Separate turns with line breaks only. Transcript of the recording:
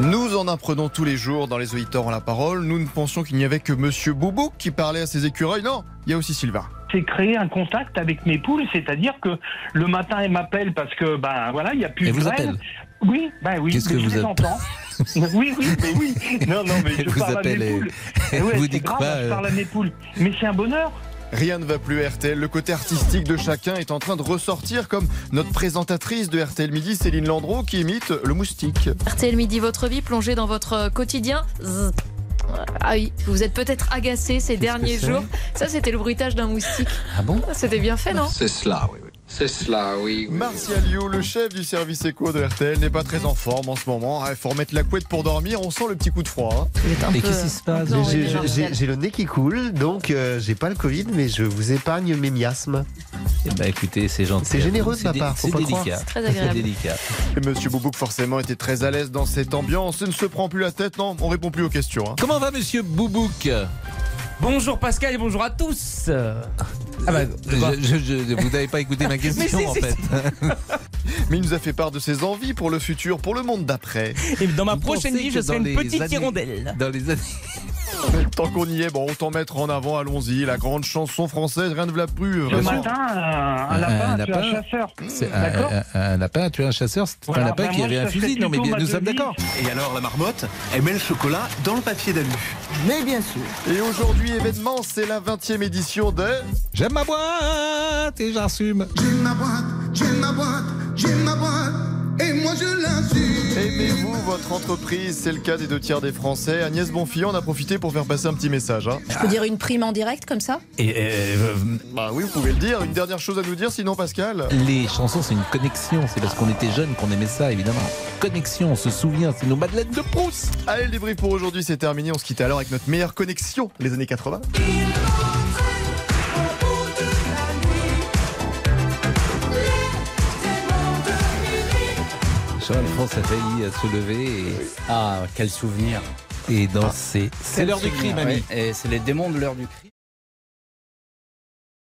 Nous en apprenons tous les jours dans les auditeurs en la parole. Nous ne pensions qu'il n'y avait que Monsieur Boubouk qui parlait à ses écureuils. Non, il y a aussi Sylvain.
C'est créer un contact avec mes poules, c'est-à-dire que le matin elles m'appellent parce que ben voilà, il n'y a plus
Elle
de
vous
grêle.
appelle
Oui, ben oui,
Qu'est-ce
mais
que
je
vous
les
app-
entends. oui, oui, mais oui. Non, non, mais
Elle
je
vous
parle
appelle
à
et-
mes poules.
elle
Ouais,
vous
c'est
dit
grave, hein,
quoi,
Je
euh
parle à mes poules. Mais c'est un bonheur.
Rien ne va plus à RTL. Le côté artistique de chacun est en train de ressortir comme notre présentatrice de RTL Midi, Céline Landreau, qui imite le moustique.
RTL Midi, votre vie plongée dans votre quotidien. Zzz. Ah oui, vous êtes peut-être agacé ces derniers
c'est
jours. Ça, c'était le bruitage d'un moustique.
Ah bon
C'était bien fait, non
C'est cela, oui. oui. C'est cela, oui. oui.
Martialio, le chef du service éco de RTL, n'est pas très en forme en ce moment. Ah, Il faut remettre la couette pour dormir. On sent le petit coup de froid. hein.
Vous êtes un
Mais
peu-
qu'est-ce qui se passe
Non,
Mais
oui,
j'ai-
mais
j'ai-
Martial.
J'ai j'ai le nez qui coule, donc euh, j'ai pas le Covid, mais je vous épargne mes miasmes.
Eh ben, écoutez, c'est gentil.
C'est généreux de
C'est
ma
dé-
part, faut
C'est
pas croire.
délicat.
C'est très agréable.
C'est délicat.
Et Monsieur Boubouk, forcément, était très à l'aise dans cette ambiance. Il ne se prend plus la tête. Non, on répond plus aux questions. hein.
Comment va Monsieur Boubouk
Bonjour Pascal et bonjour à tous. Euh, Ah bah, bah.
Je- je- je- Vous n'avez pas écouté ma question
Mais si,
en
si,
fait.
Mais il nous a fait part de ses envies pour le futur, pour le monde d'après.
Et dans ma
Vous
prochaine
pensez
vie,
que
je serai
dans
une
les
petite
années-
hirondelle.
Dans les années.
Tant qu'on y est, bon, autant mettre en avant, allons-y, la grande chanson française, rien ne vous l'a plus.
Le
vraiment.
matin, un,
Un
un lapin, a tué
lapin.
un chasseur.
C'est un,
D'accord.
un- un lapin a tué un chasseur, c'est
Voilà,
un lapin
bah,
ben
qui
moi,
avait
je
un
serais
fusil. Non, mais
plutôt
bien, nous
ma
sommes
devise.
d'accord.
Et alors la marmotte, elle met le chocolat dans le papier d'alu.
Mais bien sûr.
Et aujourd'hui, événement, c'est la 20e édition de.
J'aime ma boîte et j'assume.
Aimez-vous votre entreprise C'est le cas des deux tiers des Français. Agnès Bonfillon en a profité pour faire passer un petit message. hein.
Je peux dire une prime en direct comme ça
Et euh,
Bah oui, vous pouvez le dire. Une dernière chose à nous dire, sinon, Pascal
les chansons, c'est une connexion. C'est parce qu'on était jeunes qu'on aimait ça, évidemment. Connexion, on se souvient, c'est nos madeleines de Proust.
Allez, le débrief pour aujourd'hui, c'est terminé. On se quitte alors avec notre meilleure connexion, les années 80.
Jean-Alphonse a failli à se lever
Ah, quel souvenir.
et, et danser. C'est l'heure du crime, ami.
C'est les démons de l'heure du crime.